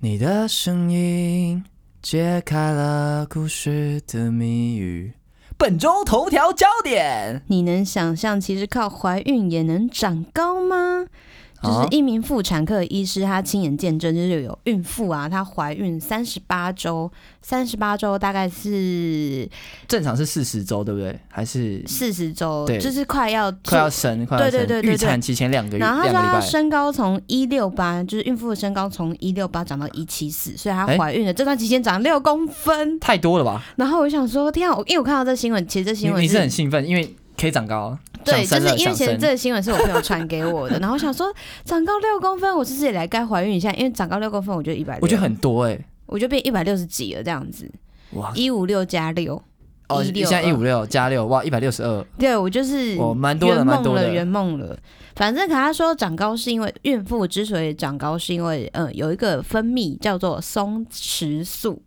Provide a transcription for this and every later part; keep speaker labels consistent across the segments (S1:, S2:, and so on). S1: 你的声音解开了故事的谜语。本周头条焦点，
S2: 你能想象，其实靠怀孕也能长高吗？就是
S1: 啊
S2: 一名妇产科的医师，他亲眼见证，就是有孕妇啊，她怀孕三十八周，三十八周大概是
S1: 正常是四十周，对不对？还是
S2: 四十周
S1: 对，
S2: 就是快要
S1: 快要生，快要生，
S2: 对对对对
S1: 预产期前两个月，
S2: 然
S1: 两
S2: 后
S1: 个
S2: 她
S1: 礼
S2: 说她
S1: 拜。
S2: 身高从一六八，就是孕妇的身高从一六八长到一七四，所以她
S1: 哎
S2: 怀孕的这段期间长六公分。
S1: 太多了吧？
S2: 然后我想说，天啊！我因为我看到这新闻，其实这
S1: 你
S2: 新闻
S1: 你是很兴奋，因为可以长高，
S2: 对，就
S1: 想生
S2: 是
S1: 了
S2: 因为
S1: 想
S2: 其实
S1: 生
S2: 这个新闻是我朋友传给我的，然后我想说长高六公分，我是不是也来该怀孕一下？因为长高六公分，我就一百，
S1: 我觉得很多哎、
S2: 我就变一百六十几了这样子，
S1: 哇！
S2: 一五六加六，
S1: 啊哦，
S2: 162
S1: 现在一五六加六，哇，一百六十二，
S2: 对我就是
S1: 哦，蛮多的，
S2: 圆
S1: 蛮
S2: 梦
S1: 多
S2: 了，
S1: 的
S2: 圆。梦了。反正可他说长高是因为孕妇之所以长高，是因为呃有一个分泌叫做松弛素，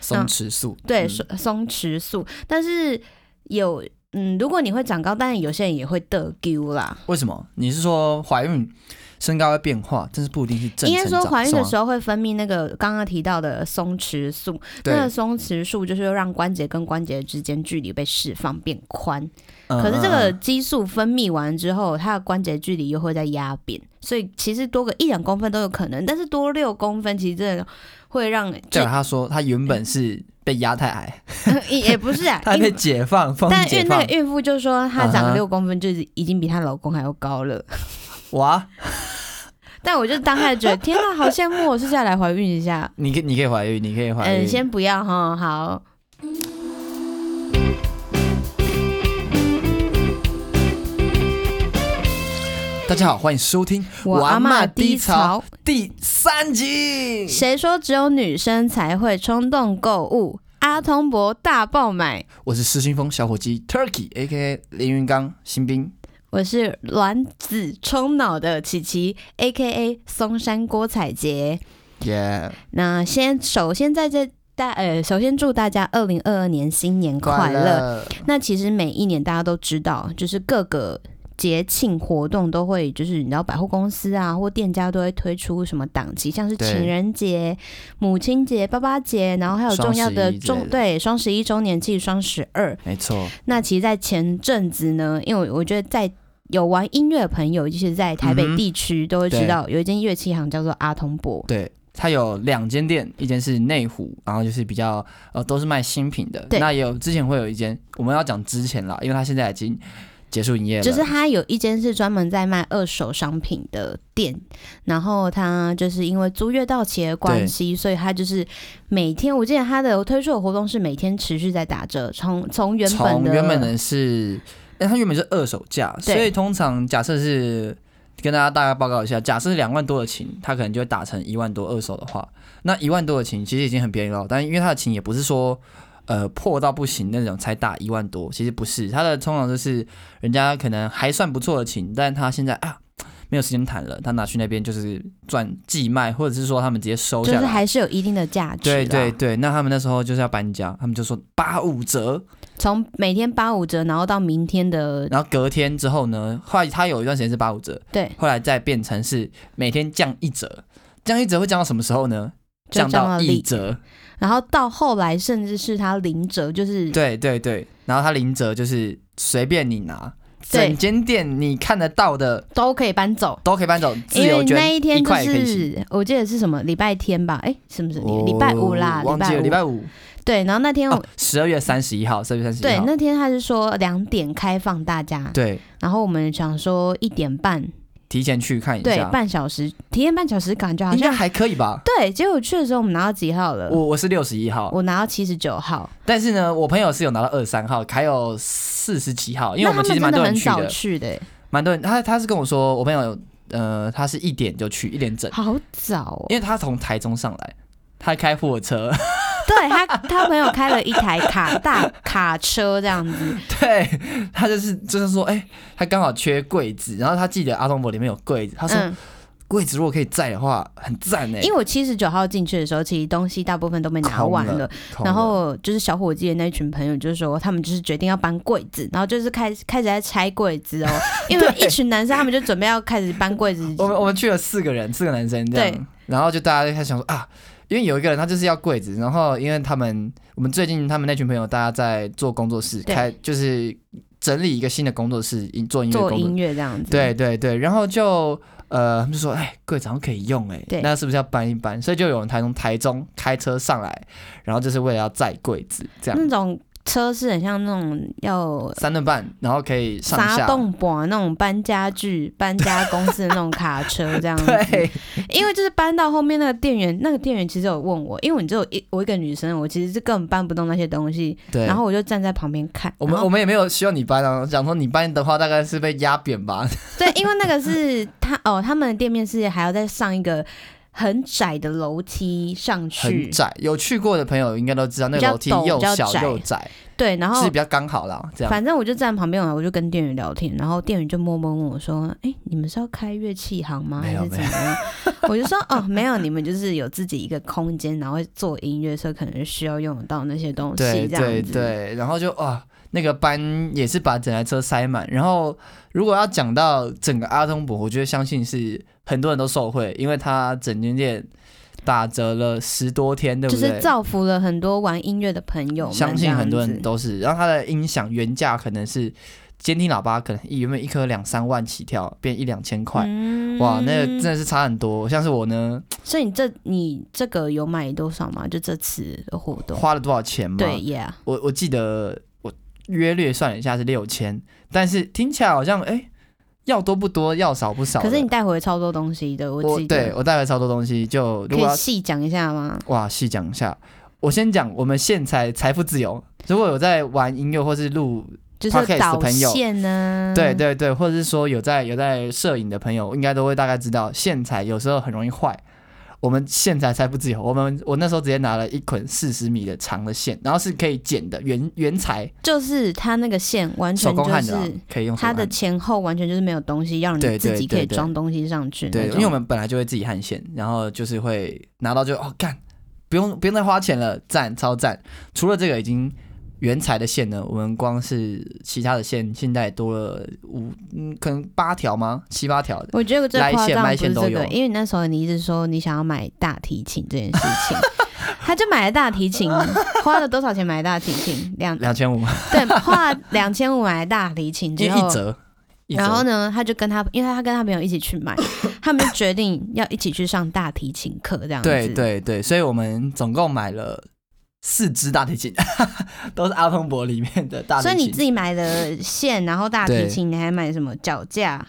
S1: 松弛素，
S2: 对
S1: 嗯
S2: 松松弛素，但是有嗯，如果你会长高，但是有些人也会得丢啦。
S1: 为什么？你是说怀孕身高会变化，但是不一定是正
S2: 应该说怀孕的时
S1: 候，
S2: 候会分泌那个刚刚提到的松弛素，
S1: 对
S2: 那个松弛素就是会让关节跟关节之间距离被释放变宽。
S1: 嗯
S2: 可是这
S1: 嗯
S2: 个
S1: 嗯
S2: 激素分泌完之后，它的关节距离又会再压扁，所以其实多个一两公分都有可能，但是多六公分其实真的会让
S1: 对啊他说他原本是被压太矮，
S2: 也 也不是啊
S1: ，他
S2: 因
S1: 被解放，放
S2: 但
S1: 解
S2: 孕
S1: 放
S2: 那个，孕妇就说她
S1: 嗯
S2: 长
S1: 哼
S2: 六公分就是已经比她老公还要高了。
S1: 哇！
S2: 但我就当下觉得天啊，好羡慕，我是下来怀孕一下。
S1: 你可以你可以怀孕，你可以怀孕。
S2: 嗯，先不要哈，好。
S1: 大家好，欢迎收听
S2: 我阿
S1: 嬷
S2: 嬷低潮，
S1: 第三集。
S2: 谁说只有女生才会冲动购物？阿通博大爆买，
S1: 我是失心疯小伙计 Turkey A K A 林云刚新兵。
S2: 我是卵子冲脑的琪琪，A K A 松山郭采洁。
S1: 耶、
S2: 那先首先在这大呃，首先祝大家二零二二年新年快乐。
S1: 乐！
S2: 那其实每一年大家都知道，就是各个。节庆活动都会，就是你知道百货公司啊或店家都会推出什么档期，像是
S1: 对
S2: 情人节、母亲节、爸爸节，然后还有重要的
S1: 双十一之类
S2: 重
S1: 的
S2: 对双十一周年庆、双十二。
S1: 没错，
S2: 那其实，在前阵子呢，因为我觉得在有玩音乐的朋友，就是在台北
S1: 嗯哼
S2: 地区都会知道有一间乐器行叫做阿童博，
S1: 对，它有两间店，一间是内湖，然后就是比较呃都是卖新品的。
S2: 对
S1: 那也有之前会有一间，我们要讲之前啦，因为它现在已经结束营业了。
S2: 就是它有一间是专门在卖二手商品的店，然后它就是因为租约到期的关系，所以它就是每天，我记得它的推出的活动是每天持续在打折，从从原本
S1: 从
S2: 的
S1: 原本的是，哎、它原本是二手价，所
S2: 对
S1: 以通常假设是跟大家大概报告一下，假设是两万多的琴，它可能就会打成一万多二手的话，那一万多的琴其实已经很便宜了，但因为它的琴也不是说。呃，破到不行那种才打一万多，其实不是，它的通常就是人家可能还算不错的琴，但他现在啊没有时间弹了，他拿去那边就是赚寄卖，或者是说他们直接收
S2: 就
S1: 下
S2: 是
S1: 来。
S2: 还是有一定的价值
S1: 对
S2: 啦，
S1: 对对，那他们那时候就是要搬家，他们就说八五折，
S2: 从每天八五折，然后到明天的
S1: 然后隔天之后呢，后来它有一段时间是八五折，
S2: 对，
S1: 后来再变成是每天降一折，降一折会降到什么时候呢？
S2: 就降
S1: 到
S2: 到
S1: 一
S2: 零
S1: 折，
S2: 然后到后来甚至是它零折，就是
S1: 对对对，然后它零折就是随便你拿，
S2: 对
S1: 整间店你看得到的
S2: 都可以搬走。
S1: 都可以搬走，自
S2: 因为
S1: 由捐
S2: 那一天就
S1: 块也可以洗。
S2: 是我记得是什么礼拜天吧，哎、什么什么礼拜五啦，
S1: 哦忘记了礼
S2: 拜五
S1: 拜五，哦
S2: 对，然后那天我、
S1: 十二月三十一号，十二月三十一
S2: 对
S1: 号，
S2: 那天他是说两点开放大家，
S1: 对，
S2: 然后我们想说一点半，
S1: 提前去看一
S2: 对，
S1: 下，
S2: 半小时体验半小时，感觉好
S1: 应该
S2: 像
S1: 还可以吧？
S2: 对。结果去的时候我们拿到几号了？
S1: 我
S2: 我
S1: 我是六十一 号，
S2: 拿到七十九号，
S1: 但是呢，我朋友是有拿到二十三号，还有四十七号，因为
S2: 那
S1: 我
S2: 他
S1: 们其实
S2: 真
S1: 蛮
S2: 的
S1: 多人
S2: 很
S1: 去
S2: 早
S1: 的，
S2: 去的、哎
S1: 蛮多人，他他是跟我说，我朋友呃，他是一点就去，一点整，
S2: 好早哦、
S1: 呃因为他从台中上来，他开货车，
S2: 对他，他朋友开了一台卡大卡车这样子，
S1: 对他就是就是说，哎、他刚好缺柜子，然后他记得阿东博里面有柜子，他说
S2: 嗯，
S1: 柜、子如果可以载的话，很赞哎、
S2: 因为我七十九号进去的时候，其实东西大部分都被拿
S1: 空
S2: 完
S1: 了
S2: 了。
S1: 空
S2: 然
S1: 了
S2: 后就是小伙计的那一群朋友，就是说他们就是决定要搬柜子，然后就是开始开始在拆柜子 哦，因为一群男生他们就准备要开始搬柜子。
S1: 我们我们去了四个人，四个男生这
S2: 对
S1: 样，然后就大家就开始想说啊，因为有一个人他就是要柜子，然后因为他们我们最近他们那群朋友大家在做工作室，
S2: 对
S1: 开就是整理一个新的工作室，音做音乐
S2: 做
S1: 工作
S2: 音乐这样子。
S1: 对对对，然后就呃，他们就说，哎，柜子好像可以用哎、
S2: 对
S1: 那是不是要搬一搬？所以就有人台从台中开车上来，然后就是为了要载柜子这样，
S2: 那种车是很像那种要
S1: 三顿半，然后可以上
S2: 砸
S1: 下。
S2: 洞板那种搬家具、搬家公司的那种卡车这样子。
S1: 对，
S2: 因为就是搬到后面那个店员，那个店员其实有问我，因为我只有一我一个女生，我其实是根本搬不动那些东西，
S1: 对，
S2: 然后我就站在旁边看。
S1: 我们
S2: 然后
S1: 我们也没有希望你搬啊，想说你搬的话大概是被压扁吧。
S2: 对，因为那个是他哦，他们的店面是还要再上一个很窄的楼梯上
S1: 很
S2: 去，
S1: 窄，有去过的朋友应该都知道，那
S2: 比
S1: 个
S2: 较
S1: 楼梯
S2: 陡
S1: 又
S2: 比较
S1: 小
S2: 窄哦
S1: 又窄，
S2: 对，然
S1: 是
S2: 后
S1: 比较刚好啦。这样，
S2: 反正我就站旁边，我就跟店员聊天，然后店员就默默问我说：“哎、你们是要开乐器行吗？
S1: 没
S2: 还
S1: 有
S2: 是怎么样？” 我就说：“哦，没有，你们就是有自己一个空间，然后做音乐，所以可能需要用得到那些东西，
S1: 对
S2: 这样
S1: 对
S2: 子。
S1: 对，然后就哇，那个班也是把整台车塞满。然后如果要讲到整个阿通博，我觉得相信是很多人都受惠，因为他整间店打折了十多天，对不
S2: 就
S1: 对？
S2: 是造福了很多玩音乐的朋友们，
S1: 相
S2: 这
S1: 信
S2: 样
S1: 很多人
S2: 子
S1: 都是。然后它的音响原价可能是监听喇叭，可能原本一颗两三万起跳，变一两千块。
S2: 嗯
S1: 哇，那个真的是差很多。像是我呢，
S2: 所以你这你这个有买多少吗？就这次的活动，
S1: 花了多少钱嘛？
S2: 对，Yeah，
S1: 我我记得我约略算了一下是六千，但是听起来好像哎、诶要多不多，要少不少的。
S2: 可是你带回超多东西的，我
S1: 我
S2: 记
S1: 对
S2: 得，
S1: 我带了超多东西，就
S2: 可
S1: 如果
S2: 以
S1: 要
S2: 细讲一下吗？
S1: 哇细讲一下，我先讲我们现在财富自由。如果有在玩音乐或是录，
S2: 就是
S1: Podcast 的
S2: 导
S1: 朋友
S2: 线呢、
S1: 对对对，或者是说有在有在摄影的朋友，应该都会大概知道线材有时候很容易坏。我们线材财富自由，我们我那时候直接拿了一捆四十米的长的线，然后是可以剪的原原材，
S2: 就是它那个线完
S1: 手
S2: 全
S1: 工
S2: 就
S1: 焊的啦
S2: 是
S1: 可以用手
S2: 它
S1: 工
S2: 的
S1: 焊
S2: 前后完全就是没有东西，让
S1: 对
S2: 你自己
S1: 对
S2: 可以
S1: 对
S2: 装东西上去那
S1: 对，
S2: 种。
S1: 因为我们本来就会自己焊线，然后就是会拿到就哦干，不用不用再花钱了，赞超赞。除了这个已经原材的线呢，我们光是其他的线现在也多了五嗯可能八条吗？七八条的。
S2: 我觉得最夸张
S1: 来
S2: 不
S1: 线
S2: 是
S1: 麦线都
S2: 这
S1: 有
S2: 个，因为那时候你一直说你想要买大提琴这件事情， 他就买了大提琴，花了多少钱买大提琴？两
S1: 两千五，
S2: 对，花了两千五买大提琴
S1: 因
S2: 之
S1: 为
S2: 后
S1: 一，折，一折
S2: 然后呢，他就跟他，因为他跟他朋友一起去买， 他们就决定要一起去上大提琴课这样子。
S1: 对对对，所以我们总共买了四支大提琴， 都是阿通博里面的大提
S2: 所
S1: 琴。
S2: 以你自己买的线，然后大提
S1: 对
S2: 琴，你还买什么脚架？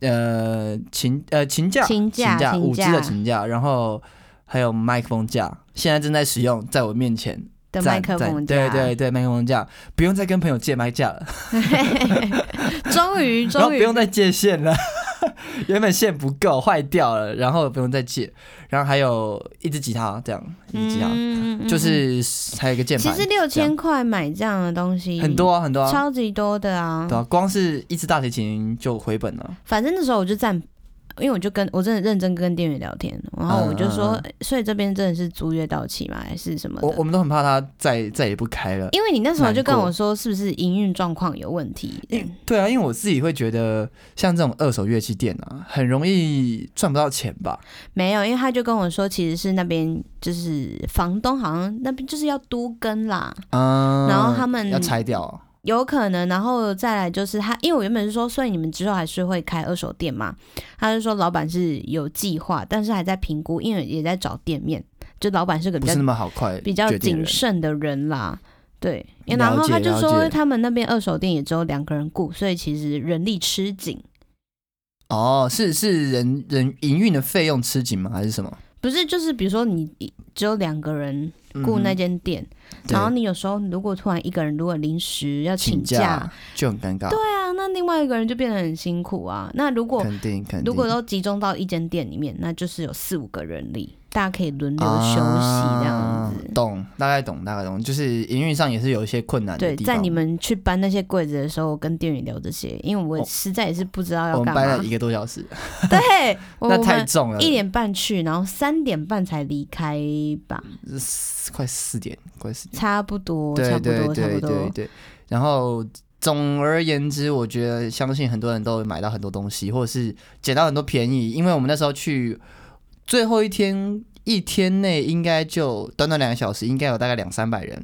S1: 呃琴呃琴架
S2: 琴架
S1: 架
S2: 琴
S1: 五支的
S2: 架
S1: 琴架，然后还有麦克风架，现在正在使用，在我面前
S2: 的
S1: 赞
S2: 麦克
S1: 赞
S2: 风架，
S1: 对对对，麦克风架不用再跟朋友借麦架了，
S2: 对， 终于
S1: 然后
S2: 终
S1: 不
S2: 于
S1: 用再借线了， 原本线不够坏掉了，然后不用再借，然后还有一支吉他这样，一支吉他、
S2: 嗯嗯
S1: 啊就是还有一个键
S2: 其
S1: 盘，
S2: 实六千块买这样的东西
S1: 很、多啊很多啊，
S2: 超级多的啊。
S1: 对啊，光是一支大提琴就回本了，
S2: 反正那时候我就站，因为我就跟我真的认真跟店员聊天，然后我就说，
S1: 嗯
S2: 所以这边真的是租约到期吗？还是什么
S1: 我
S2: 的
S1: 我？们都很怕它再再也不开了。
S2: 因为你那时候就跟
S1: 难过
S2: 我说，是不是营运状况有问题？
S1: 对啊，因为我自己会觉得，像这种二手乐器店啊，很容易赚不到钱吧？
S2: 没有，因为他就跟我说，其实是那边就是房东好像那边就是要都跟啦，
S1: 嗯，
S2: 然后他们
S1: 要拆掉哦，
S2: 有可能，然后再来就是他，因为我原本是说，所以你们之后还是会开二手店嘛？他就说老板是有计划，但是还在评估，因为也在找店面，就老板是个比
S1: 不
S2: 较
S1: 是那么好快
S2: 比较
S1: 决定的
S2: 谨
S1: 人
S2: 慎的人啦。对，
S1: 了解
S2: 然后他就
S1: 了
S2: 说
S1: 解
S2: 他们那边二手店也只有两个人雇，所以其实人力吃紧，
S1: 哦，是是人人营运的费用吃紧吗？还是什么？
S2: 不是就是比如说你只有两个人雇
S1: 嗯
S2: 那间店，
S1: 对
S2: 然后你有时候如果突然一个人如果临时要请
S1: 请假就很尴尬，
S2: 对啊，那另外一个人就变得很辛苦啊。那如果
S1: 肯定肯定。
S2: 如果都集中到一间店里面，那就是有四五个人力，大家可以轮流
S1: 啊
S2: 休息这样子。
S1: 懂，大概懂，大概懂，就是营运上也啊是有一些困难的
S2: 对，
S1: 地
S2: 在
S1: 方。
S2: 你们去搬那些柜子的时候，我跟店员聊这些，因为我
S1: 哦
S2: 实在也是不知道
S1: 我
S2: 要
S1: 们
S2: 干
S1: 搬了
S2: 嘛。
S1: 一个多小时，
S2: 对，我
S1: 那
S2: 我
S1: 太
S2: 们
S1: 重了，
S2: 一点半去，然后三点半才离开吧，
S1: 四快四点，快四点。
S2: 差不多，
S1: 对
S2: 差不
S1: 对
S2: 多，差不
S1: 对对
S2: 多。
S1: 对。然后总而言之，我觉得相信很多人都有买到很多东西，或者是捡到很多便宜。因为我们那时候去最后一天一天内应该就短短两个小时，应该有大概两三百人，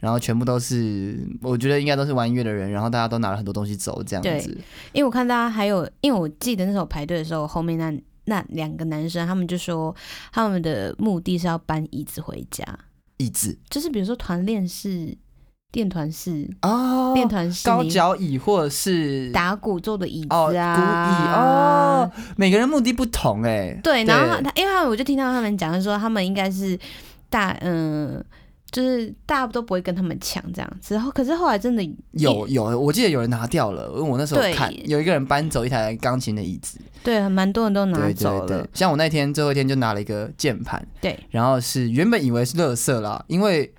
S1: 然后全部都是我觉得应该都是玩音乐的人，然后大家都拿了很多东西走这样子。
S2: 因为我看大家还有，因为我记得那时候排队的时候，后面那那两个男生他们就说他们的目的是要搬椅子回家，
S1: 意志
S2: 就是比如说团练室、练团室、
S1: 哦，
S2: 练团室
S1: 高
S2: 你
S1: 脚椅或者是
S2: 打鼓做的椅子
S1: 哦鼓椅
S2: 啊，
S1: 哦，，每个人目的不同哎。
S2: 对，然后
S1: 对
S2: 他，因为他们我就听到他们讲说，他们应该是大，嗯、就是大家都不会跟他们抢这样子。然后，可是后来真的
S1: 有有，我记得有人拿掉了，因为我那时候
S2: 对
S1: 看有一个人搬走一台钢琴的椅子，
S2: 对，蛮多人都嗯拿
S1: 对
S2: 走
S1: 对
S2: 了。
S1: 对，像我那天最后一天就拿了一个键盘，
S2: 对，
S1: 然后是原本以为是垃圾啦，因为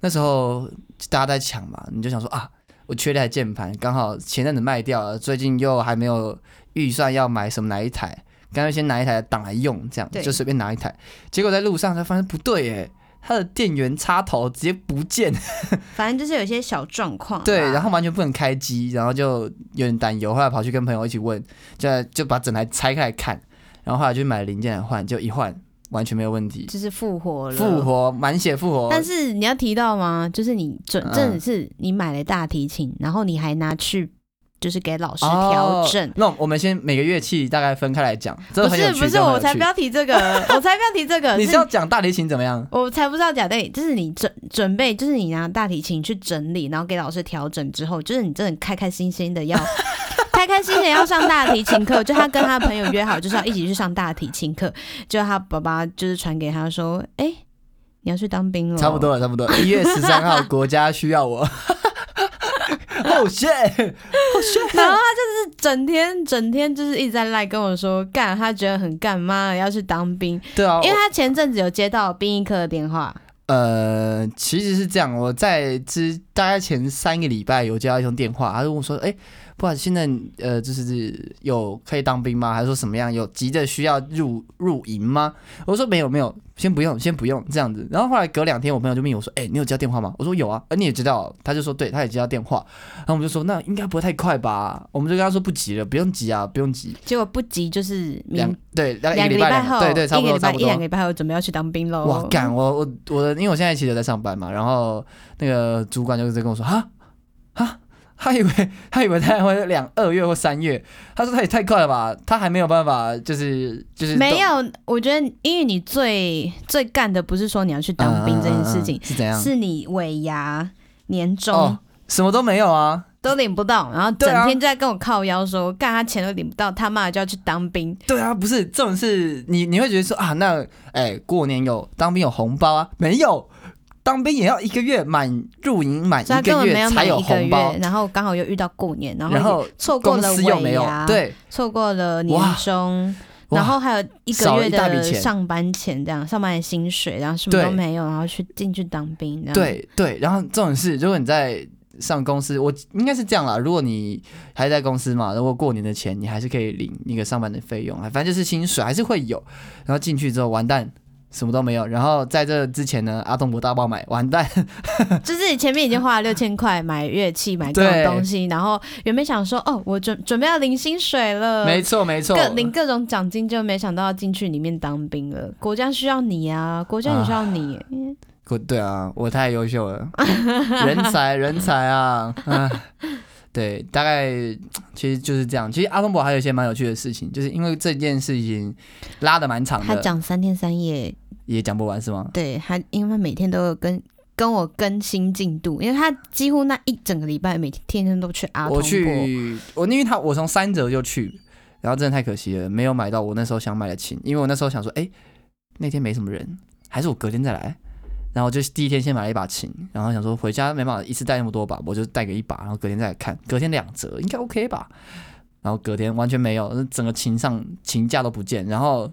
S1: 那时候大家在抢嘛，你就想说啊，我缺了一台键盘，刚好前阵子卖掉了，最近又还没有预算要买什么哪一台，干脆先拿一台挡来用，这样
S2: 对
S1: 就随便拿一台。结果在路上才发现不对耶，它的电源插头直接不见，
S2: 反正就是有些小状况啦。
S1: 对，然后完全不能开机，然后就有点担忧，后来跑去跟朋友一起问，就就把整台拆开来看，然后后来就买零件来换，就一换完全没有问题。
S2: 就是复活了，
S1: 复。活，满血复活，
S2: 啊但是你要提到吗？就是你准
S1: 哦嗯
S2: 真的是你买了大提琴，然后你还拿去就是给老师调整
S1: 哦。那我们先每个乐器大概分开来讲，这
S2: 不
S1: 个很有
S2: 是
S1: 趣
S2: 不是，
S1: 这个很有
S2: 我才
S1: 趣
S2: 不要提这个， 我才不要提这个。
S1: 你是要讲大提琴怎么样？
S2: 我才不知道假对，就是你准准备，就是你拿大提琴去整理，然后给老师调整之后，就是你真的开开心心 的要开开心心的要上大提琴课。就他跟他朋友约好，就是要一起去上大提琴课。就他爸爸就是传给他说：“哎、你要去当兵了。”
S1: 差不多。了，差 不多了。一月十三号，国家需要我。 哦谢，
S2: 然后他就是整天整天就是一直在赖跟我说干，他觉得很干妈要去当兵，
S1: 对啊，
S2: 因为
S1: 我
S2: 他前阵子有接到兵役科的电话。
S1: 呃，其实是这样，我在之大概前三个礼拜有接到一通电话，他就问我说，哎、不好意思，现在呃，就是有可以当兵吗？还是说什么样有急着需要入入营吗？我说没有没有，先不用，先不用这样子。然后后来隔两天，我朋友就问我说：“哎、你有接到电话吗？”我说有啊，呃、你也知道，他就说对，他也接到电话。然后我们就说那应该不会太快吧？我们就跟他说不急了，不用急啊，不用急，
S2: 结果不急，就是明
S1: 两对大概
S2: 两
S1: 一个
S2: 个礼
S1: 礼拜
S2: 拜
S1: 两
S2: 后，
S1: 对对，差不
S2: 一个
S1: 多
S2: 礼
S1: 差
S2: 拜
S1: 不
S2: 一两
S1: 多
S2: 个。礼拜后准备要去当兵喽。
S1: 哇，干我我我的，因为我现在其实有在上班嘛，然后那个主管就是在跟我说啊啊，他以为 他以为他会两二月或三月，他说他也太快了吧，他还没有办法，就是就是都
S2: 没有，我觉得因为你最最干的不是说你要去当兵这件事
S1: 嗯
S2: 情
S1: 嗯嗯，嗯是怎样？
S2: 是你尾牙、年终、
S1: 哦，什么都没有啊，
S2: 都领不到，然后整
S1: 对啊
S2: 天就在跟我靠腰说，干他钱都领不到，他妈的就要去当兵。
S1: 对啊，不是这种事，你你会觉得说啊，那哎、过年有当兵有红包啊，没有，当兵也要一个月满入营满
S2: 所以他
S1: 一
S2: 根
S1: 个
S2: 本没
S1: 月才
S2: 满一个
S1: 红包
S2: 月，，然后刚好又遇到过年，然
S1: 然
S2: 后
S1: 后
S2: 错过
S1: 公
S2: 了
S1: 司又
S2: 尾
S1: 没有
S2: 牙，，
S1: 对，
S2: 错过了年终，
S1: 哇
S2: 然后还有一
S1: 少
S2: 个
S1: 了
S2: 月
S1: 一大笔
S2: 的
S1: 钱
S2: 上班钱，这样上班的薪水，然后什么都
S1: 对
S2: 没有，然后去进去当兵，这样，
S1: 对对，然后这种事，如果你在上公司，我应该是这样啦。如果你还在公司嘛，如果过年的钱你还是可以领一个上班的费用啊，反正就是薪水还是会有。然后进去之后完蛋，什么都没有。然后在这之前呢，阿东伯大爆买，完 蛋。
S2: 就是前面已经花了六千块买乐器、买各种
S1: 对
S2: 东西，然后原本想说哦，我准准备要领薪水了，
S1: 没错没 错，
S2: 各领各种奖金，就没想到要进去里面当兵了。国家需要你啊，国家也需要你。
S1: 我对啊，我太优秀了，人才人才啊！唉对，大概其实就是这样。其实阿东伯还有一些蛮有趣的事情，就是因为这件事情拉的蛮长
S2: 他
S1: 的，
S2: 讲三天三夜，
S1: 也讲不完是吗？
S2: 对他，因为他每天都有跟跟我更新进度，因为他几乎那一整个礼拜每天天天都去阿童
S1: 我
S2: 博，
S1: 去，我因为他我从三折就去，然后真的太可惜了，没有买到我那时候想买的琴，因为我那时候想说，哎、那天没什么人，还是我隔天再来。然后我就第一天先买了一把琴，然后想说回家没办法一次带那么多把，我就带个一把，然后隔天再来看，隔天两折应该 OK 吧。然后隔天完全没有，整个琴上琴架都不见，然后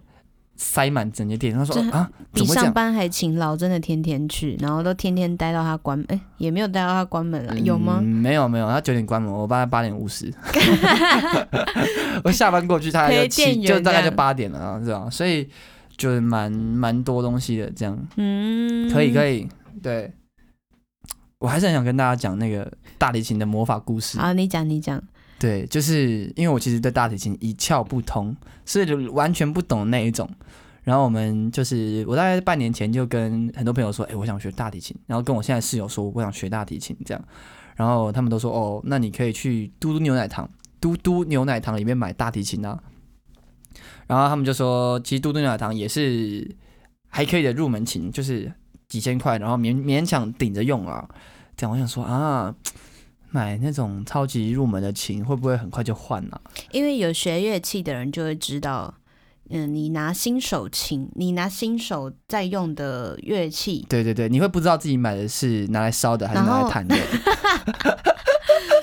S1: 塞满整间店。他说
S2: 这
S1: 啊，
S2: 比
S1: 怎么会这
S2: 上
S1: 样？
S2: 班还勤劳，真的天天去，然后都天天待到他关，哎、也没有待到他关门了，有吗
S1: 嗯？没有没有，他九点关门，我爸八点五十，嗯我下班过去，他
S2: 陪
S1: 就
S2: 店
S1: 七，
S2: 员
S1: 就大概
S2: 这
S1: 就
S2: 样
S1: 八点了啊，这样，所以就是蛮蛮多东西的，这样
S2: 嗯，
S1: 可以可
S2: 以。
S1: 以，对。我还是很想跟大家讲那个大提琴的魔法故事，
S2: 好，你讲你讲。
S1: 对，就是因为我其实对大提琴一窍不通，是完全不懂那一种。然后我们就是我大概半年前就跟很多朋友说，哎、我想学大提琴，然后跟我现在室友说，我想学大提琴这样，然后他们都说，哦，那你可以去嘟嘟牛奶糖，嘟嘟牛奶糖里面买大提琴啊。然后他们就说，其实嘟嘟牛奶糖也是还可以的入门琴，就是几千块，然后勉勉强顶着用啊。这样我想说啊，买那种超级入门的琴会不会很快就换啊了、
S2: 因为有学乐器的人就会知道，嗯，你拿新手琴，你拿新手在用的乐器，
S1: 对对对，你会不知道自己买的是拿来烧的还是拿
S2: 然
S1: 来
S2: 后
S1: 弹的。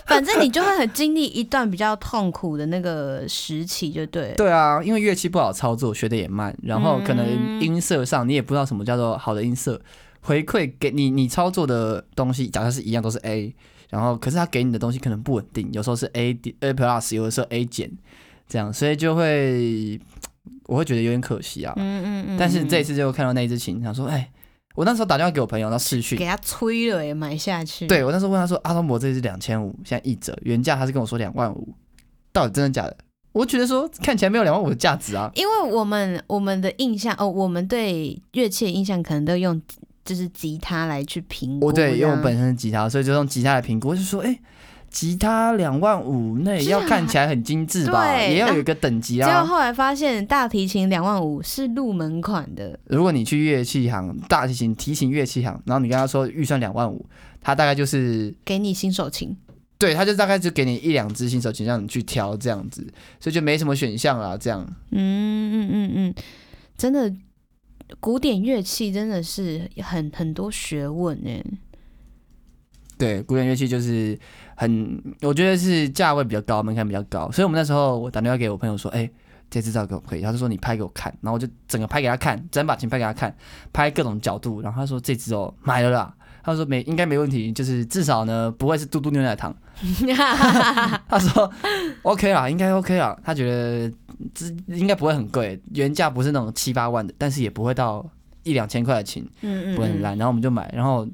S2: 反正你就会很经历一段比较痛苦的那个时期，就对了。
S1: 对啊，因为乐器不好操作，学的也慢，然后可能
S2: 嗯
S1: 音色上你也不知道什么叫做好的音色，回馈给你你操作的东西，假设是一样都是 A，然后可是他给你的东西可能不稳定，有时候是 A D- A plus，有的时候 A 减，这样，所以就会我会觉得有点可惜啊。
S2: 嗯嗯嗯。
S1: 但是
S2: 嗯
S1: 这一次就看到那一支琴，想说，哎，我那时候打电话给我朋友，然后视讯
S2: 给，他吹了也买下去。
S1: 对我那时候问他说，阿汤伯这支两千五，现在一折，原价他是跟我说两万五，到底真的假的？我觉得说看起来没有两万五的价值啊。
S2: 因为我们我们的印象哦，我们对乐器的印象可能都用就是吉他来去评估。
S1: 我哦对，因为我
S2: 这样
S1: 本身是吉他，所以就用吉他来评估，我就说，哎、吉他两万五，那也
S2: 是
S1: 要
S2: 啊
S1: 看起来很精致吧，
S2: 对
S1: 也要
S2: 那
S1: 有一个等级
S2: 结果
S1: 啊。
S2: 后来发现大提琴两万五是入门款的，
S1: 如果你去乐器行、大提琴、提琴乐器行，然后你跟他说预算两万五，他大概就是，
S2: 给你新手琴。
S1: 对，他就大概就给你一两支新手琴让你去挑这样子，所以就没什么选项啦。这样，
S2: 嗯嗯嗯嗯，真的，古典乐器真的是很很多学问 哎。
S1: 对，古典乐器就是很，我觉得是价位比较高，门槛比较高，所以我们那时候我打电话给我朋友说，哎、这支照可不可以？他就说你拍给我看，然后我就整个拍给他看，整把琴拍给他看，拍各种角度，然后他说这支哦买了啦，他说没应该没问题，就是至少呢不会是嘟嘟牛奶糖，
S2: 嗯
S1: 他说 OK 啦，应该 OK 啦，他觉得这应该不会很贵，原价不是那种七八万的，但是也不会到一两千块的琴，
S2: 嗯嗯，
S1: 不会很
S2: 嗯
S1: 烂，然后我们就买，然后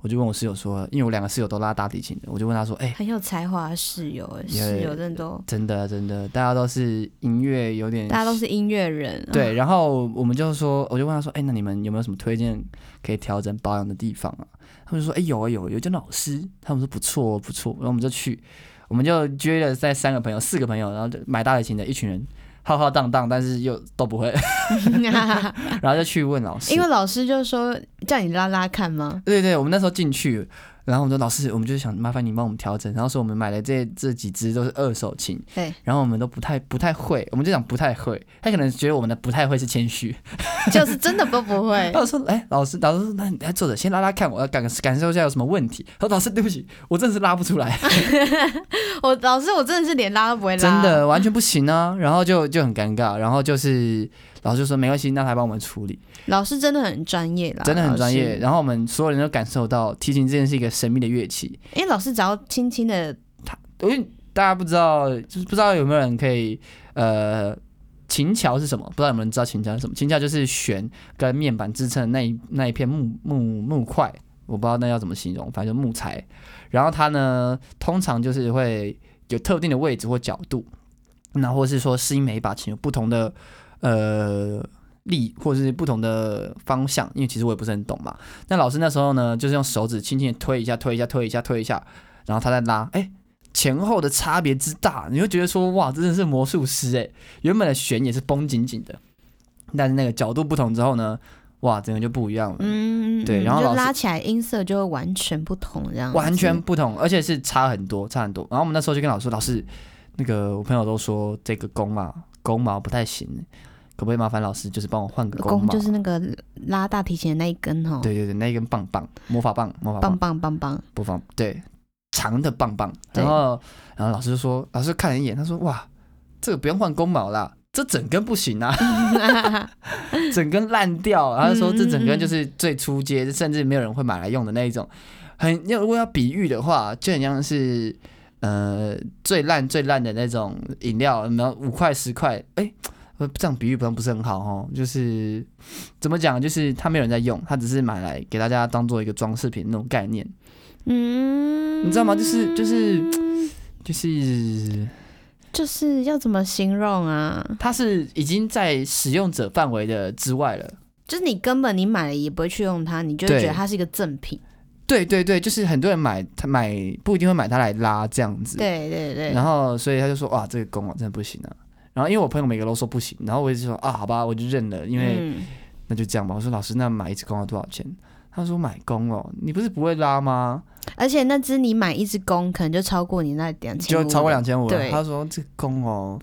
S1: 我就问我室友说，因为我两个室友都拉大提琴的，我就问他说，哎、
S2: 很有才华的室友哎，
S1: 也
S2: 室友真的都
S1: 真的啊真的，大家都是音乐有点
S2: 大，家都是音乐人。
S1: 对，然后我们就说，我就问他说，哎、那你们有没有什么推荐可以调整保养的地方啊？他们就说，哎、有啊有啊，有一间老师，他们说不错哦不错，然后我们就去，我们就约了在三个朋友、四个朋友，然后就买大提琴的一群人。浩浩荡荡，但是又都不会， 然后就去问老师，
S2: 因为老师就说叫你拉拉看吗？
S1: 对对，我们那时候进去，然后我们说老师，我们就是想麻烦你帮我们调整，然后说我们买的这这几支都是二手琴，
S2: 对，
S1: 然后我们都不太不太会，我们就讲不太会，他可能觉得我们的不太会是谦虚，
S2: 就是真的都不会
S1: 然。后说哎老师老师说那你来坐着先拉拉看，我要感感受一下有什么问题。他说老师对不起，我真的哎是拉不出来，
S2: 我老师，我真的是连拉都不会拉，
S1: 真的完全不行啊，然后就就很尴尬，然后就是老师就说没关系，那他帮我们处理，
S2: 老师真的很专业啦，
S1: 真的很专业，
S2: 老师。
S1: 然后我们所有人都感受到提琴这件是一个神秘的乐器，
S2: 因为老师只要轻轻的，
S1: 因为大家不知道，就是不知道有没有人可以呃，琴桥是什么？不知道有没有人知道琴桥是什么？琴桥就是弦跟面板支撑的那一那一片木木木块，我不知道那要怎么形容，反正就木材。然后它呢，通常就是会有特定的位置或角度，那或是说适应每一把琴有不同的呃。力或是不同的方向，因为其实我也不是很懂嘛。那老师那时候呢，就是用手指轻轻的推一下，推一下，推一下，推一下，然后他再拉，哎、前后的差别之大，你会觉得说哇，真的是魔术师哎！原本的弦也是绷紧紧的，但是那个角度不同之后呢，哇，整个就不一样了，
S2: 嗯，
S1: 对然后老
S2: 就
S1: 师
S2: 拉起来音色就会完全不同，这样子
S1: 完全不同，而且是差很多，差很多。然后我们那时候就跟老师说，老师，那个我朋友都说这个弓啊，弓毛不太行，可不可以麻烦老师就是帮我换个
S2: 弓
S1: 毛？
S2: 就是那个拉大提琴的那一根哦，
S1: 对对对，那一根棒棒，魔法棒，魔法棒
S2: 棒，棒棒 棒，
S1: 不放对长的棒棒，
S2: 对
S1: 然后然后老师就说，老师看了一眼，他说哇，这个不用换弓毛啦，这整根不行啊，整根烂掉，然后说这整根就是最初阶，甚至没有人会买来用的那一种，很要如果要比喻的话，就很像是。呃，最烂最烂的那种饮料，然后五块十块，哎、呃这样比喻可能不是很好哦。就是怎么讲，就是它没有人在用，它只是买来给大家当做一个装饰品那种概念。
S2: 嗯，
S1: 你知道吗？就是就是就是
S2: 就是要怎么形容啊？
S1: 它是已经在使用者范围的之外了。
S2: 就是你根本你买了也不会去用它，你就会
S1: 对
S2: 觉得它是一个赠品。
S1: 对对对，就是很多人买他买不一定会买它来拉这样子。
S2: 对对对，
S1: 然后所以他就说哇，这个公网真的不行啊。然后因为我朋友每个都说不行，然后我就说啊，好吧，我就认了，因为
S2: 嗯、
S1: 那就这样吧。我说老师，那买一只公要多少钱？他说买公哦，你不是不会拉吗？
S2: 而且那只你买一只公，可能就超过你那两千，
S1: 就超过两千五了。
S2: 对
S1: 他说这个公哦，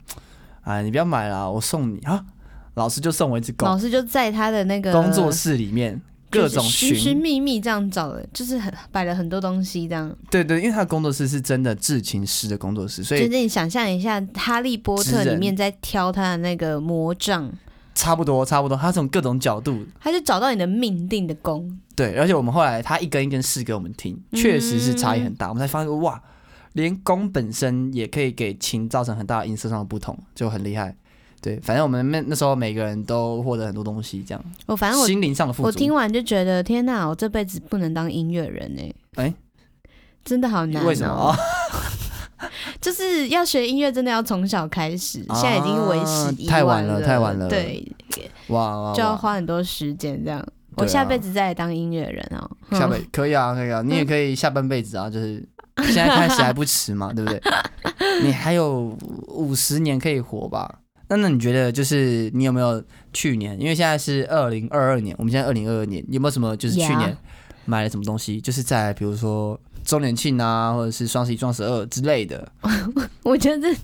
S1: 哎，你不要买啦，我送你啊。老师就送我一只公，
S2: 老师就在他的那个
S1: 工作室里面各种
S2: 寻寻
S1: 寻，
S2: 觅觅这样找的，就是很摆了很多东西这样。
S1: 对对，因为他的工作室是真的制琴师的工作室，所
S2: 就是
S1: 以
S2: 你想象一下，《哈利波特
S1: 职》人
S2: 里面在挑他的那个魔杖，
S1: 差不多差不多，他从各种角度
S2: 他就找到你的命定的弓。
S1: 对，而且我们后来他一根一根试给我们听，确实是
S2: 嗯
S1: 差异很大，我们才发现哇，连弓本身也可以给琴造成很大的音色上的不同，就很厉害。对，反正我们那那时候每个人都获得很多东西，这样
S2: 我反正我
S1: 心灵上的富足。
S2: 我听完就觉得，天哪，我这辈子不能当音乐人哎、
S1: 哎
S2: 真的好难、
S1: 为什么？啊
S2: 哦？就是要学音乐，真的要从小开始。
S1: 啊
S2: 现在已经为时已晚
S1: 太晚了太晚了
S2: 对，
S1: 哇哇
S2: 就要
S1: 哇！
S2: 花很多时间这样。
S1: 对啊
S2: 我下辈子再来当音乐人哦。
S1: 下辈可以啊，可以啊，
S2: 嗯
S1: 你也可以下半辈子啊，就是现在开始还不迟 嘛，对不对？你还有五十年可以活吧？那那你觉得就是你有没有去年？因为现在是二零二二年，我们现在二零二二年，有没有什么就是去
S2: Yeah
S1: 年买了什么东西？就是在比如说周年庆啊，或者是双十一、双十二之类的。
S2: 我觉得这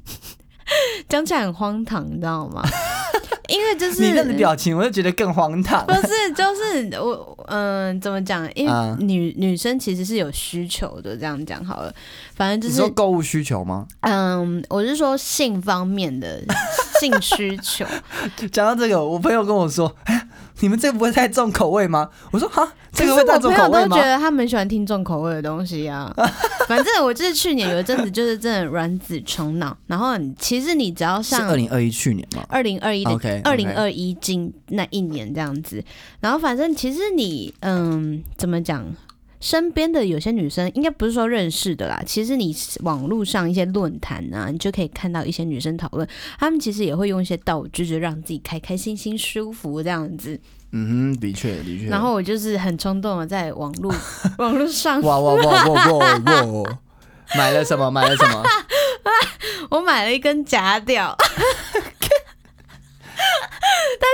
S2: 讲起来很荒唐，你知道吗？ 因为就是
S1: 你那个表情，我就觉得更荒唐
S2: 不。是，就是我，嗯、怎么讲？因
S1: 啊
S2: 为女、女生其实是有需求的，这样讲好了。反正
S1: 你
S2: 就是
S1: 说，购物需求吗？
S2: 嗯，我是说性方面的 性需求，
S1: 讲到这个，我朋友跟我说：“哎，你们这个不会太重口味吗？”我说：“哈， 这个会太
S2: 可是
S1: 重
S2: 我
S1: 口
S2: 朋
S1: 味
S2: 友都
S1: 吗
S2: 觉？”得他们喜欢听重口味的东 西啊。反正我就是去年有一阵子就是真的卵子冲脑，然后你其实你只要
S1: 是
S2: 上
S1: 二零二一去年嘛？
S2: 二零二一的
S1: OK，
S2: 二零二一嗯进那一年这样子。然后反正其实你嗯，怎么讲？身边的有些女生，应该不是说认识的啦。其实你网络上一些论坛啊，你就可以看到一些女生讨论，她们其实也会用一些道具，就让自己开开心心、舒服这样子。
S1: 嗯哼，的确的确。
S2: 然后我就是很冲动的在网络 网络上，
S1: 哇哇 哇哇哇哇，买了什么？买了什么？
S2: 我买了一根假屌， 但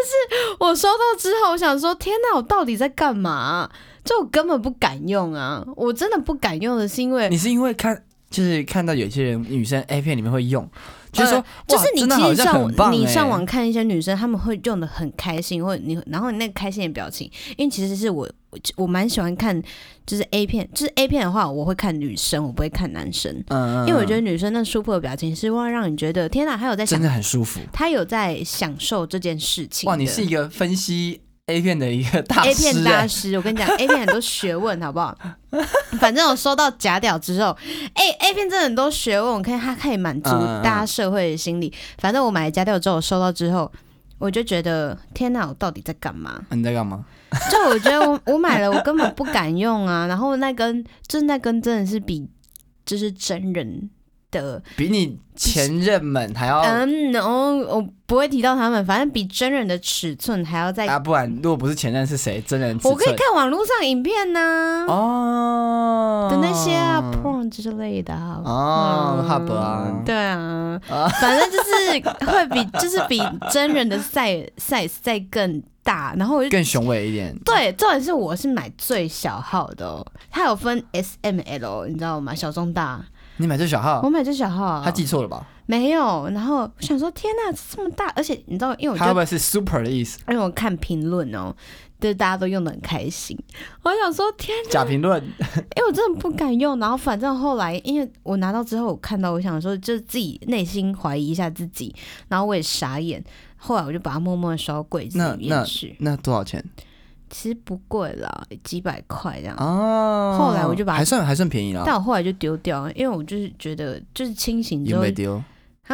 S2: 是我收到之后，我想说，天哪，我到底在干嘛啊、就我根本不敢用啊！我真的不敢用的是因为
S1: 你，是因为看就是看到有些人女生 A 片里面会用，就是说
S2: 呃就是
S1: 哇
S2: 你
S1: 真的
S2: 其
S1: 好
S2: 实
S1: 像
S2: 上
S1: 很棒
S2: 你
S1: 欸
S2: 上网看一些女生，她们会用的很开心，或者你然后你那个开心的表情，因为其实是我我我蛮喜欢看，就是 A 片，就是 A 片的话，我会看女生，我不会看男生，
S1: 嗯，嗯，
S2: 因为我觉
S1: 得
S2: 得女生那舒服的表情是会让你觉得天哪，她有在
S1: 真
S2: 享，
S1: 的很舒服。
S2: 她有在享受这件事情的。
S1: 哇，你是一个分析 A 片的一个大
S2: A
S1: 师
S2: 片大
S1: 欸，
S2: 师，我跟你讲 ，A 片很多学问，好不好？反正我收到假屌之后，哎、a 片真的很多学问，我看它可以满足
S1: 嗯嗯嗯
S2: 大家社会的心理。反正我买了假屌之后，我收到之后，我就觉得天哪，我到底在干嘛？
S1: 嗯你在干嘛？
S2: 就我觉得我我买了，我根本不敢用啊。 然后那根，就是那根真的是比就是真人的，
S1: 比你前任们还要
S2: 嗯，然后我不会提到他们，反正比真人的尺寸还要再。
S1: 啊，不然如果不是前任是谁？真人尺寸
S2: 我可以看网络上影片呢、
S1: 哦
S2: 的那些啊、porn 之类的啊。
S1: 哦，hub 啊，
S2: 对啊
S1: 啊，
S2: 反正就是会 比，就是比真人的 size size 再更大，然后我就
S1: 更雄伟一点。
S2: 对，重点是我是买最小号的哦，它有分 S M L，你知道吗？小中大，
S1: 你买这小号
S2: 我，买最小号啊，
S1: 他记错了吧？
S2: 没有，然后我想说，天呐，这么大，而且你知道，因为我
S1: 他会
S2: 就
S1: 不会是 super 的意思？
S2: 因为我看评论哦，就是大家都用的很开心，我想说，天啊
S1: 假评论，
S2: 因为哎我真的不敢用，然后反正后来，因为我拿到之后，我看到我想说，就是自己内心怀疑一下自己，然后我也傻眼。后来我就把它默默的收到柜子里面去，
S1: 那多少钱
S2: 其实不贵啦，几百块这样。
S1: 哦，
S2: 后来我就把
S1: 还算还算便宜
S2: 但
S1: 啦，
S2: 我后来就丢掉了，因为我就是觉得，就是清醒之
S1: 也
S2: 后
S1: 没丢
S2: 啊，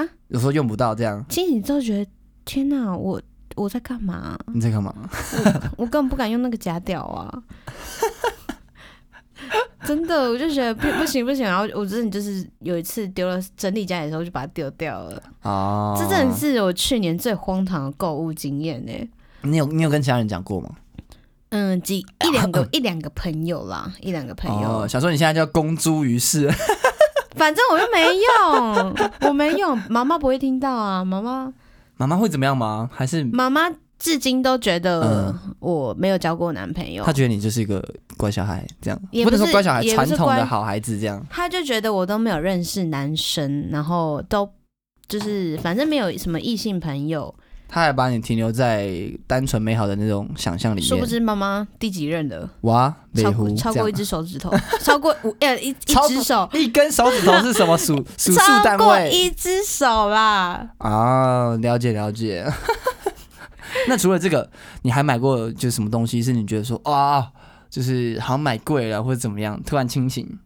S2: 哦
S1: 有时候用不到这样，
S2: 清醒之后觉得，天哪，我我在干嘛？
S1: 你在干嘛？
S2: 我根本不敢用那个假屌啊！真的，我就觉得不不行不行，然后我真的就是有一次丢了整理家里的时候就把它丢掉了，
S1: 啊，
S2: 这真的是我去年最荒唐的购物经验呢、
S1: 你有你有跟其他人讲过吗？
S2: 嗯，几一 两个一两个朋友啦，一两个朋友，
S1: 哦，想说你现在就要公诸于世，
S2: 反正我又没用，我 没用，妈妈不会听到啊，妈妈
S1: 妈妈会怎么样吗？还是
S2: 妈妈至今都觉得我没有交过男朋友
S1: 嗯她，觉得你就是一个乖小孩这样？
S2: 也
S1: 不能
S2: 不
S1: 说
S2: 是
S1: 乖小孩，
S2: 也不
S1: 传
S2: 是
S1: 统的
S2: 乖
S1: 好孩子这样。
S2: 她就觉得我都没有认识男生，然后都就是反正没有什么异性朋友，
S1: 他还把你停留在单纯美好的那种想象里
S2: 殊不
S1: 面。
S2: 知妈妈第几任了，
S1: 哇，美
S2: 超
S1: 狐
S2: 过超
S1: 这
S2: 过一
S1: 样
S2: 只手指头，超过五呃一一
S1: 超
S2: 只手，
S1: 一根手指头是什 么数数数
S2: 超
S1: 单
S2: 过
S1: 位
S2: 一只手啦。
S1: 啊？了解了解。 那除了这个，你还买过就是什么东西是你觉得说啊，就是好像买贵了或者怎么样，突然清醒？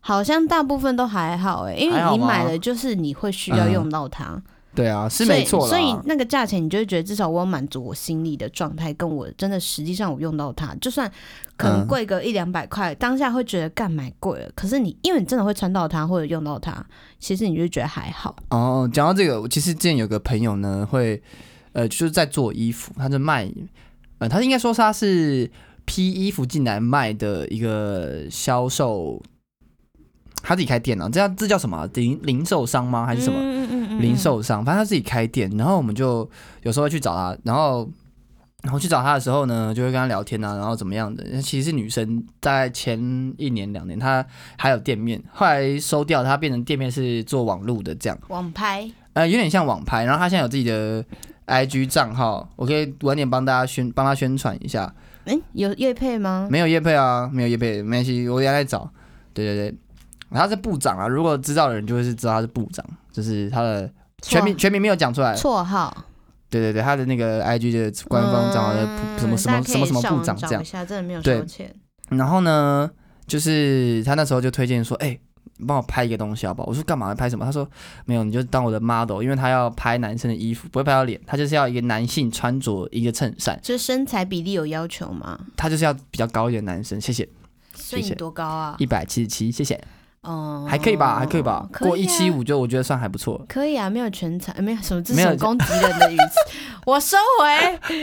S2: 好像大部分都还好哎、因为
S1: 还好
S2: 你
S1: 吗
S2: 买了就是你会需要用到它，
S1: 对啊，是
S2: 所以
S1: 没错啦
S2: 所以那个价钱，你就会觉得至少我有满足我心里的状态，跟我真的实际上我用到它，就算可能
S1: 嗯
S2: 贵个一两百块，当下会觉得干买贵了，可是你因为你真的会穿到它或者用到它，其实你就觉得还好。
S1: 哦，讲到这个，我其实之前有个朋友呢，会呃就是在做衣服，他是卖，呃，他应该说他是批衣服进来卖的一个销售，他自己开店啊，这样这叫什么啊零零售商吗？还是什么？
S2: 嗯嗯嗯
S1: 零。售商，反正他自己开店，然后我们就有时候会去找他，然后然后去找他的时候呢，就会跟他聊天啊，然后怎么样的。其实是女生大概前一年两年，她还有店面，后来收掉，她变成店面是做网路的这样，
S2: 网拍，
S1: 呃，有点像网拍。然后她现在有自己的 IG 账号，我可以晚点帮大家宣帮她宣传一下。
S2: 哎、有叶配吗？
S1: 没有叶配啊，没有叶配，没关系，我等一下再找。对对对，他是部长啊，如果知道的人就会是知道他是部长，就是他的全名
S2: 绰
S1: 全名没有讲出来，
S2: 绰号，
S1: 对对对，他的那个 IG 的官方账号的
S2: 嗯
S1: 什么什么
S2: 大家可
S1: 什么
S2: 以
S1: 什么
S2: 上
S1: 部
S2: 网
S1: 长
S2: 找
S1: 这样
S2: 一。下真的没有
S1: 对
S2: 收钱。
S1: 然后呢，就是他那时候就推荐说，哎、你帮我拍一个东西好不好？我说干嘛拍什么？他说没有，你就当我的 model，因为他要拍男生的衣服，不会拍到脸，他就是要一个男性穿着一个衬衫，
S2: 就是身材比例有要求吗？
S1: 他就是要比较高一点的男生。谢谢，
S2: 所以
S1: 谢
S2: 你
S1: 谢
S2: 多高啊？
S1: 一百七十七，谢谢，
S2: 哦，
S1: 还可以吧，还可以吧，
S2: 可以啊
S1: 过一七五就我觉得算还不错。
S2: 可以啊，没有全才，没有什么这
S1: 没有
S2: 种攻击人的 语气，我收回，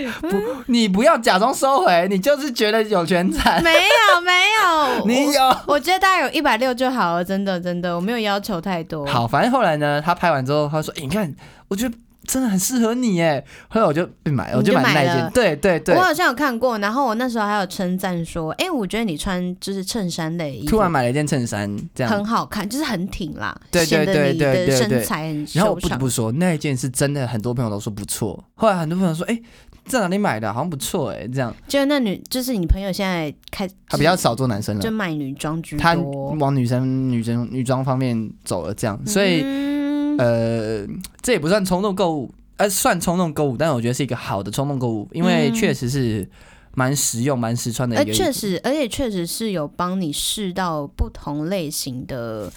S1: 你不要假装收回，你就是觉得有全才，
S2: 没 有没有，
S1: 你
S2: 我
S1: 有。
S2: 我觉得大概有一百六就好了，真的真的，我没有要求太多。，
S1: 好，反正后来呢，他拍完之后，他说：“哎、你看，我觉得真的很适合你哎。”后来我就被买了，我
S2: 你就
S1: 买
S2: 买
S1: 那一件
S2: 了，
S1: 对对对
S2: 我。好像有看过，然后我那时候还有称赞说，哎、我觉得你穿就是衬衫类衣服
S1: 突然买了一件衬衫，这样
S2: 很。好看，就是很挺啦，
S1: 对对
S2: 显得
S1: 对
S2: 你
S1: 对对
S2: 的
S1: 对
S2: 身材很
S1: 然后我不
S2: 修
S1: 得
S2: 长。
S1: 不说，那一件是真的，很多朋友都说不错。后来很多朋友说：“哎、在哪里买的？好像不错哎。”这样，
S2: 就那女，就是你朋友现在开，
S1: 他比较少做男生
S2: 就
S1: 了，
S2: 卖女装居
S1: 他
S2: 多，
S1: 往女生、女生、女装方面走了。这样，所以、
S2: 嗯
S1: 呃，这也不算冲动购物，呃，算冲动购物，但我觉得是一个好的冲动购物，因为
S2: 嗯
S1: 确实是蛮实用、蛮实穿的
S2: 而
S1: 一个衣服。
S2: 呃确实，而且确实是有帮你试到不同类型的，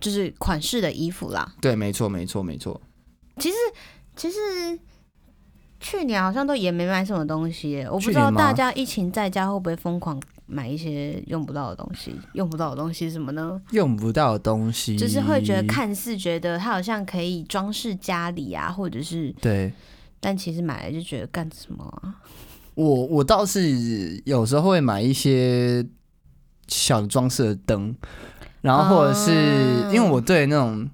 S2: 就是款式的衣服啦。
S1: 对，没错，没错，没错。
S2: 其实，其实去年好像都也没买什么东西耶，我不
S1: 去
S2: 知
S1: 年
S2: 道大
S1: 吗
S2: 家疫情在家会不会疯狂买一些用不到的东西。用不到的东西是什么呢？
S1: 用不到的东西，
S2: 就是会觉得看似觉得它好像可以装饰家里啊，或者是，
S1: 对。
S2: 但其实买来就觉得干什么啊？
S1: 我我倒是有时候会买一些小的装饰的灯，然后或者是、
S2: 啊
S1: 因为我对那种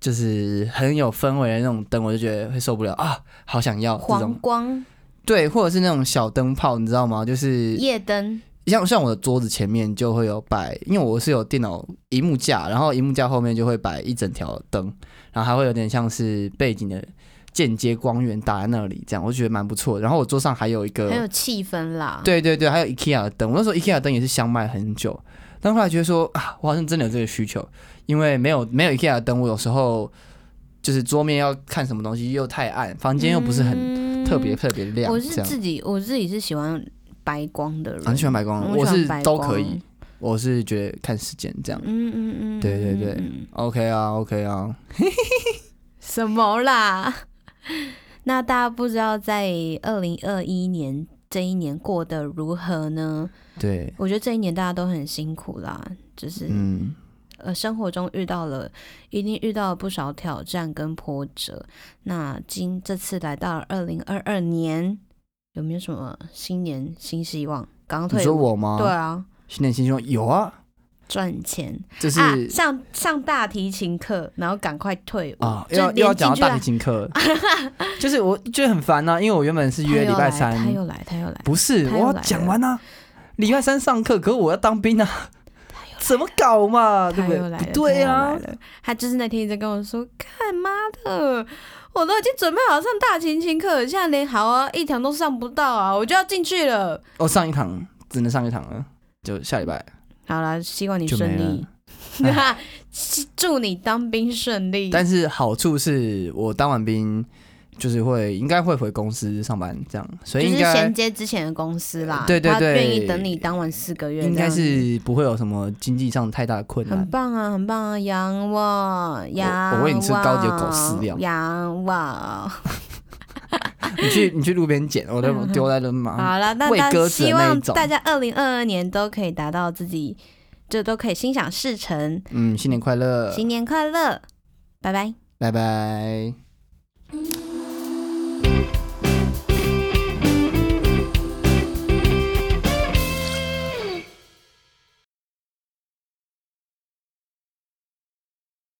S1: 就是很有氛围的那种灯，我就觉得会受不了啊，好想要这
S2: 黄
S1: 种
S2: 光
S1: 对，或者是那种小灯泡，你知道吗？就是
S2: 夜灯，
S1: 像像我的桌子前面就会有摆，因为我是有电脑荧幕架，然后荧幕架后面就会摆一整条灯，然后还会有点像是背景的间接光源打在那里，这样我觉得蛮不错的。然后我桌上还有一
S2: 很有
S1: 个，
S2: 气氛啦。
S1: 呃对对对，还有 IKEA 的灯，我那时候 IKEA 的灯也是想买很久，但后来觉得说啊，我好像真的有这个需求，因为没有没有 IKEA 的灯，我有时候就是桌面要看什么东西又太暗，房间又不是很
S2: 很
S1: 特别特别亮，
S2: 嗯我
S1: 这
S2: 是
S1: 样。
S2: 自己，我自己是喜欢白光的人。
S1: 啊，你喜欢白光？
S2: 嗯我
S1: 我
S2: 喜欢
S1: 是
S2: 白
S1: 都
S2: 光
S1: 可以，我是觉得看时间这样。
S2: 嗯嗯嗯，
S1: 对对对
S2: 嗯嗯嗯
S1: OK 啊，OK 啊，
S2: 什么啦？那大家不知道在二零二一年这一年过得如何呢？
S1: 对，
S2: 我觉得这一年大家都很辛苦啦，就是、
S1: 嗯，
S2: 呃，生活中遇到了，一定遇到了不少挑战跟波折。那今这次来到二零二二年，有没有什么新年新希望？刚
S1: 你
S2: 退
S1: 说
S2: 伍，
S1: 我吗？
S2: 对，啊，
S1: 新年新希望有啊，
S2: 赚钱
S1: 就是
S2: 啊，上上大提琴课，然后赶快退伍
S1: 啊，
S2: 就
S1: 又要又要
S2: 连
S1: 讲到
S2: 进去
S1: 大
S2: 啊
S1: 提琴课， 就是我觉得很烦呐、因为我原本是约礼拜三，
S2: 他又来，他又来，
S1: 不是
S2: 他
S1: 我
S2: 又
S1: 要
S2: 来
S1: 讲
S2: 了
S1: 完啊，礼拜三上课，可是我要当兵啊，怎么搞嘛，对
S2: 他
S1: 不
S2: 又
S1: 对？
S2: 来了，
S1: 不对
S2: 他又
S1: 啊
S2: 来，了他就是那天一直跟我说：“干妈的，我都已经准备好上大提琴课，现在连好啊一堂都上不到啊，我就要进去了。
S1: 哦，上一堂只能上一堂了，就下礼拜。”
S2: 好啦，希望你
S1: 就没
S2: 顺利，祝你当兵顺利。
S1: 但是好处是我当完兵就是会应该会回公司上班这样，所
S2: 就
S1: 以
S2: 是
S1: 应该
S2: 衔接之前的公司啦，
S1: 对对对
S2: 他愿意等你当完四个月，
S1: 应该
S2: 这样
S1: 是不会有什么经济上太大的困
S2: 子
S1: 难
S2: 很。棒啊，很棒啊，洋哇洋哇，
S1: 我喂你吃高级的狗饲料啊
S2: 洋哇。
S1: 你去你去路边捡，我都丢在那嘛。
S2: 好了，那
S1: 喂
S2: 大
S1: 鸽子的
S2: 家希
S1: 那一
S2: 望
S1: 种
S2: 大家二零二二年都可以达到自己，就都可以心想事成，
S1: 嗯，新年快乐，
S2: 新年快乐，拜拜。
S1: 拜拜。